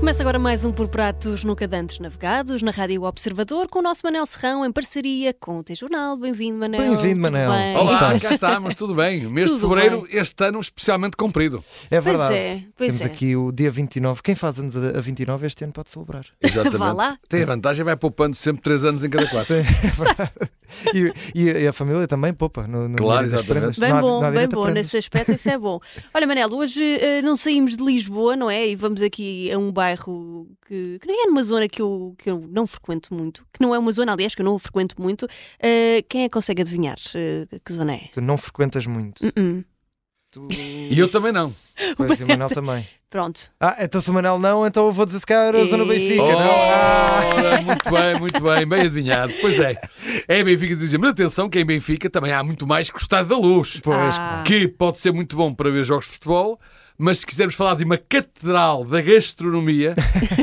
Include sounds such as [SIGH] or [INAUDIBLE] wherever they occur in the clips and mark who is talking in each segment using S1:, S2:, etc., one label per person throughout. S1: Começa agora mais um Por Pratos Nunca Dantes Navegados, na Rádio Observador, com o nosso Manel Serrão, em parceria com o T-Jornal. Bem-vindo, Manel.
S2: Bem-vindo, Manel.
S1: Tudo bem?
S2: Como
S3: Olá,
S2: estás?
S3: cá estamos, tudo bem. O mês
S1: É
S3: de
S1: Tudo
S3: fevereiro, este ano especialmente comprido.
S2: É
S1: Pois
S2: verdade.
S1: é, pois
S2: Temos
S1: é.
S2: aqui o dia 29. Quem faz anos a a 29 este ano pode celebrar.
S3: Exatamente.
S1: Vá lá.
S3: Tem a vantagem, vai poupando sempre 3 anos em cada 4.
S2: Sim, é verdade. [LAUGHS] E, e a família também poupa no, no
S3: Claro,
S2: dia das prendas.
S3: exatamente.
S1: Bem
S2: Não há-
S1: bom,
S2: não há
S1: bem
S2: direito a
S1: bom,
S2: prendas.
S1: nesse aspecto isso é
S2: [LAUGHS]
S1: bom. Olha, Manel, hoje eh, não saímos de Lisboa, não é? E vamos aqui a um bairro que, que nem é numa zona que eu, que eu não frequento muito, que não é uma zona, aliás, que eu não frequento muito. Eh, quem é que consegue adivinhar eh, que zona é?
S2: Tu não frequentas muito.
S1: Hum,
S2: Tu...
S3: E eu também não.
S2: Pois, e o Manel também.
S1: Pronto.
S2: Ah, então se o Manel não, então eu vou dizer se calhar a Zona
S1: E-
S2: Benfica.
S3: Oh!
S2: Não? Ah,
S3: Ora, muito bem, muito bem, bem adivinhado. Pois é. É em Benfica dizia, mas atenção que em Benfica também há muito mais que o Estado da Luz.
S2: pois,
S1: Ah.
S3: Que pode ser muito bom para ver jogos de futebol, mas se quisermos falar de uma catedral da gastronomia,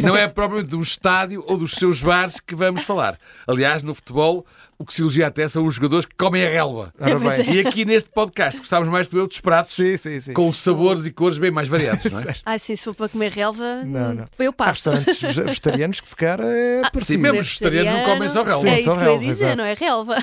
S3: não é propriamente de um estádio ou dos seus bares que vamos falar. Aliás, no futebol, o que se elogia até são os jogadores que comem a relva.
S2: Ora
S1: Pois é.
S2: bem.
S3: E aqui neste podcast gostávamos mais do eu dos pratos
S2: Sim, sim, sim.
S3: com sabores e cores bem mais variados, não é?
S1: Ah, sim, se for para comer relva,
S2: Não,
S1: hum,
S2: não.
S1: eu
S2: Há
S1: passo.
S2: restaurantes vege- vegetarianos que se calhar é
S3: Ah, Sim,
S2: parecido.
S3: mesmo os vegetarianos não comem só relva.
S1: É
S2: Sim, só
S1: isso que eu ia
S2: relva,
S1: dizer,
S2: exato.
S1: não é relva.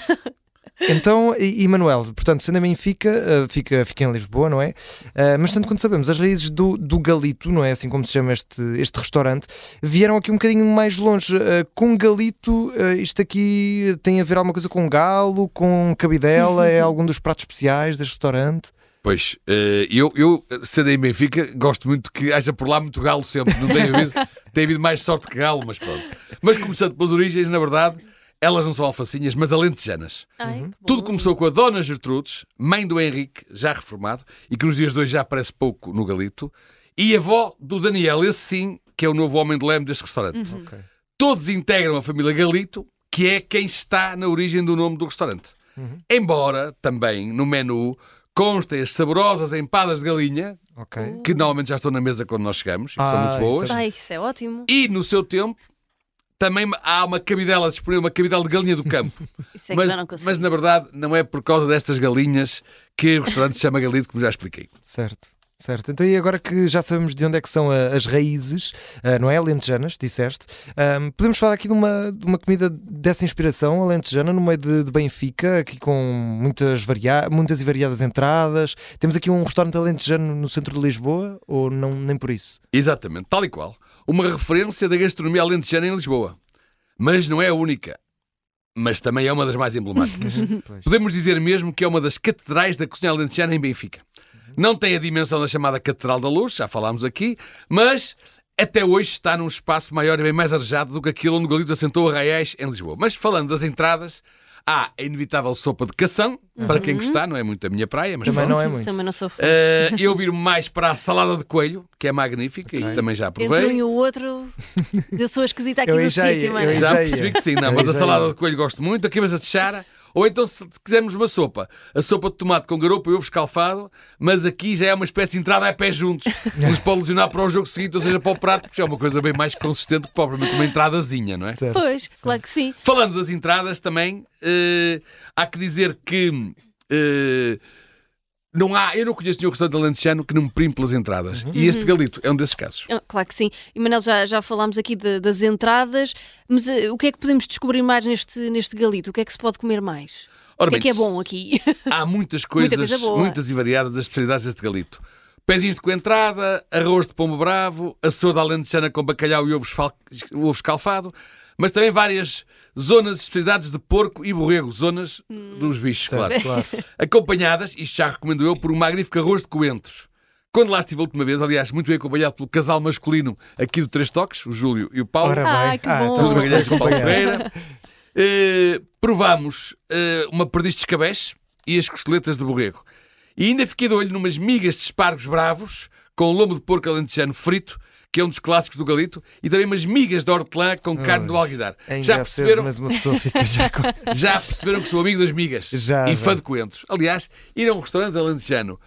S2: Então, e, e Manuel, portanto, sendo a Benfica, eh, fica, fica em Lisboa, não é? Eh, mas tanto quanto sabemos, as raízes do, do Galito, não é assim como se chama este, este restaurante, vieram aqui um bocadinho mais longe. Eh, com Galito, eh, isto aqui tem a ver alguma coisa com galo, com cabidela, é algum dos pratos especiais deste restaurante?
S3: Pois, eh, eu, eu, sendo em Benfica, gosto muito que haja por lá muito galo sempre. Não tem [LAUGHS] havido, tem havido mais sorte que galo, mas pronto. Mas começando pelas origens, na verdade, elas não são alfacinhas, mas alentejanas.
S1: Ai, que bom.
S3: Tudo começou com a Dona Gertrudes, mãe do Henrique, já reformado, e que nos dias de hoje já aparece pouco no Galito, e avó do Daniel, esse sim, que é o novo homem de leme deste restaurante. Todos integram a família Galito, que é quem está na origem do nome do restaurante. Embora também no menu constem as saborosas empadas de galinha,
S2: Ok.
S3: que normalmente já estão na mesa quando nós chegamos, e que são
S2: Ah,
S3: muito boas.
S2: isso
S1: Ai, isso é ótimo.
S3: E no seu tempo também há uma cabidela disponível, uma cabidela de galinha
S1: [LAUGHS]
S3: do campo.
S1: Isso é que
S3: mas,
S1: já não consigo.
S3: mas, na verdade não é por causa destas galinhas que o restaurante se chama Galito, como já expliquei.
S2: Certo, certo. Então, e agora que já sabemos de onde é que são ah, as raízes, ah, não é? Alentejanas, disseste, ahm, podemos falar aqui de uma, de uma comida dessa inspiração alentejana no meio de, de Benfica, aqui com muitas, varia muitas e variadas entradas. Temos aqui um restaurante alentejano no centro de Lisboa, ou não, nem por isso?
S3: Exatamente, tal e qual. Uma referência da gastronomia alentejana em Lisboa. Mas não é a única. Mas também é uma das mais
S2: [LAUGHS]
S3: emblemáticas.
S1: Uhum.
S2: Pois.
S3: Podemos dizer mesmo que é uma das catedrais da cozinha alentejana em Benfica. Não tem a dimensão da chamada Catedral da Luz, já falámos aqui, mas até hoje está num espaço maior e bem mais arejado do que aquilo onde o Galito assentou Arraiais em Lisboa. Mas falando das entradas, há a inevitável sopa de cação, para quem gostar, não é muito a minha praia, mas
S2: Também
S3: pronto.
S2: não é muito.
S1: Também não sou fã.
S3: Eh, eu viro mais para a salada de coelho, que é magnífica e
S2: Ok.
S3: também já
S1: Entre um
S3: provei.
S1: e o outro, eu sou esquisita aqui
S2: Eu
S1: no
S2: já ia,
S1: sítio,
S2: eu
S1: mano.
S2: ia.
S3: Já
S2: Já
S3: percebi que sim, não,
S2: Eu
S3: mas a
S2: já
S3: salada
S2: ia.
S3: de coelho gosto muito, a cabeça de chara, ou então se quisermos uma sopa, a sopa de tomate com garopa e ovo escalfado, mas aqui já é uma espécie de entrada a pé juntos. Nos pode lesionar para o jogo seguinte, ou seja, para o prato, porque é uma coisa bem mais consistente que propriamente uma entradazinha, não é?
S2: Certo.
S1: Pois, claro que sim.
S3: Falando das entradas também, eh, há que dizer que eh, não há, eu não conheço nenhum restaurante alentejano que não me prime pelas entradas. E este galito é um desses casos.
S1: Ah, Claro que sim. E Manel, já, já falámos aqui de- das entradas, mas eh, o que é que podemos descobrir mais neste, neste galito? O que é que se pode comer mais?
S3: Ora
S1: o que é
S3: bem,
S1: que é bom aqui? [LAUGHS]
S3: Há muitas
S1: Muita
S3: coisas,
S1: coisa boa.
S3: muitas e variadas as especialidades deste galito. Pezinhos de coentrada, arroz de pombo bravo, a soda alentejana com bacalhau e ovo, esfal- ovo escalfado, mas também várias zonas e especialidades de porco e borrego, zonas
S1: Hum.
S3: dos bichos, claro.
S2: claro.
S1: [LAUGHS]
S3: Acompanhadas, isto já recomendo eu, por um magnífico arroz de coentros. Quando lá estive a última vez, aliás, muito bem acompanhado pelo casal masculino aqui do Três Toques, o Júlio e o Paulo.
S2: Ora bem.
S1: Ah, que bom.
S2: então
S1: Tudo
S2: estou
S3: Pedro Magalhães e Paulo
S2: acompanhado.
S3: Ferreira. Eh, provámos eh, uma perdiz de escabeche e as costeletas de borrego. E ainda fiquei de olho numas migas de espargos bravos com lombo de porco alentejano frito, que é um dos clássicos do galito, e também umas migas de hortelã com carne do alguidar.
S2: Ainda
S3: Já
S2: há é cedo,
S3: perceberam,
S2: mas uma pessoa fica já com...
S3: já perceberam que sou amigo das migas
S2: [LAUGHS] Já,
S3: e
S2: já.
S3: fã de coentros. Aliás, ir a um restaurante alentejano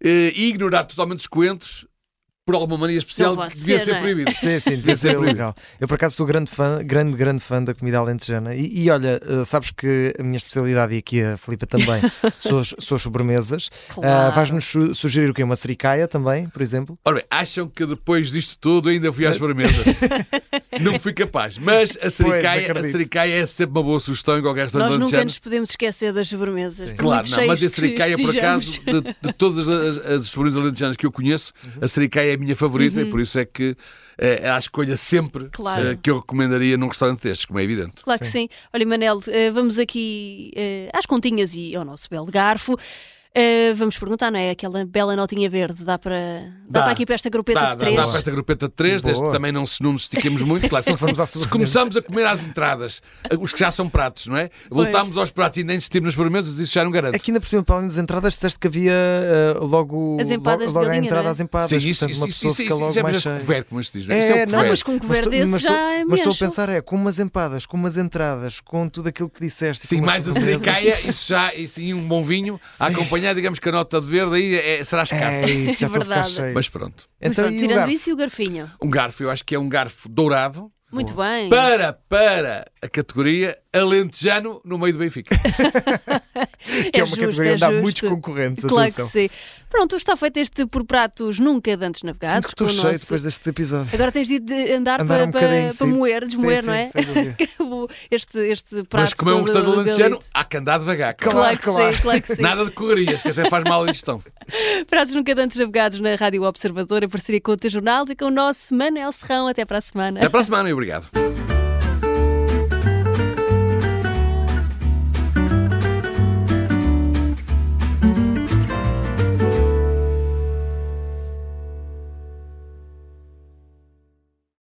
S3: eh, e ignorar totalmente os coentros por alguma mania especial
S1: Não
S3: que
S1: pode
S3: devia
S1: ser,
S3: ser
S1: não é?
S3: proibido.
S1: [LAUGHS]
S2: Sim, sim, devia ser
S3: Sempre.
S2: legal. Eu por acaso sou grande fã, grande, grande fã da comida alentejana. E, e olha, eh, sabes que a minha especialidade e aqui a
S1: [LAUGHS]
S2: Filipa também são as são as sobremesas. Ah,
S1: Claro.
S2: Vais-nos su- sugerir o quê? Uma sericaya também, por exemplo?
S3: Ora bem, acham que depois disto tudo ainda fui às
S1: [LAUGHS]
S3: sobremesas? não fui capaz. Mas a sericaia, a
S2: acredito.
S3: sericaia é sempre uma boa sugestão em qualquer restaurante
S1: Nós nunca
S3: alentejano.
S1: nos podemos esquecer das sobremesas. por
S3: Claro,
S1: muito
S3: não, mas a
S1: cheios que
S3: sericaia, é por acaso,
S1: estejamos.
S3: de, de todas as, as sobremesas alentejanas que eu conheço,
S1: Uhum.
S3: a sericaia é a minha favorita e por isso é que é a escolha sempre
S1: Claro.
S3: eh, que eu recomendaria num restaurante destes, como é evidente.
S1: Claro que sim. Olha, Manel, eh, vamos aqui eh, às continhas e ao nosso belo garfo. Eh, vamos perguntar, não é? Aquela bela notinha verde, dá para, dá
S3: Dá.
S1: para aqui para esta grupeta
S3: Dá,
S1: de
S3: dá,
S1: três?
S3: dá para esta grupeta de três, desde que
S2: Boa.
S3: também não, se, não nos estiquemos muito.
S2: [LAUGHS]
S3: Claro,
S2: Só vamos à
S3: se
S2: sobremesa.
S3: começamos a comer às entradas, os que já são pratos, não é? Voltámos aos pratos e nem insistimos nas sobremesas, isso já não garanto.
S2: Aqui ainda por cima, para além das entradas, disseste que havia eh, logo,
S1: As empadas
S2: logo,
S1: de
S2: logo à
S1: galinha,
S2: entrada
S1: não é?
S2: às empadas.
S3: Sim, isso,
S2: portanto,
S3: isso,
S2: uma
S3: isso,
S2: pessoa
S3: isso,
S2: fica
S3: isso,
S2: logo
S3: é
S2: mais
S3: mesmo
S2: cheia.
S3: couvert, como se diz. não é?
S2: É,
S3: Isso é um
S2: não,
S1: Não,
S3: couvert.
S1: mas com um governo
S2: tu-
S1: desses
S2: mas tu-
S1: já me
S2: mas estou a
S1: encho.
S2: pensar, é, com umas empadas, com umas entradas, com tudo aquilo que disseste. e
S3: Sim,
S2: com uma
S3: mais a
S2: sobremesa.
S3: sericaia e já e sim um bom vinho a acompanhar, digamos que a nota de verde aí é- será escassa.
S2: É isso, já estou a ficar
S1: Verdade.
S2: cheio.
S3: Mas pronto.
S1: Mas
S2: Então,
S1: pronto,
S2: e o
S1: tirando
S2: garfo?
S1: isso e o garfinho.
S3: Um garfo, eu acho que é um garfo dourado
S1: Muito bem.
S3: para, para a categoria alentejano no meio do Benfica.
S2: que é, uma
S1: justo,
S2: categoria
S1: é
S2: onde há
S1: justo.
S2: muitos concorrentes.
S1: Claro
S2: atenção.
S1: que sim. Pronto, está feito este por pratos nunca antes navegados.
S2: Sinto que estou
S1: com o
S2: cheio
S1: nosso-
S2: depois deste episódio.
S1: Agora tens de de andar, para,
S2: Andar um
S1: para,
S2: bocadinho,
S1: para
S2: sim.
S1: moer, desmoer,
S2: Sim,
S1: não é?
S2: sim,
S1: [LAUGHS]
S2: sem dúvida. é
S1: Acabou este, este prato.
S3: Mas comer um
S1: sobre
S3: restaurante
S1: o
S3: alentejano
S1: galito.
S3: há que andar devagar.
S2: Claro.
S1: Claro, que sim, claro que sim.
S3: Nada de correrias, que até faz mal a digestão.
S1: [LAUGHS] Pratos nunca antes navegados na Rádio Observador, em parceria com o teu jornal e com o nosso Manel Serrão. Até para a semana.
S3: Até para a semana e obrigado.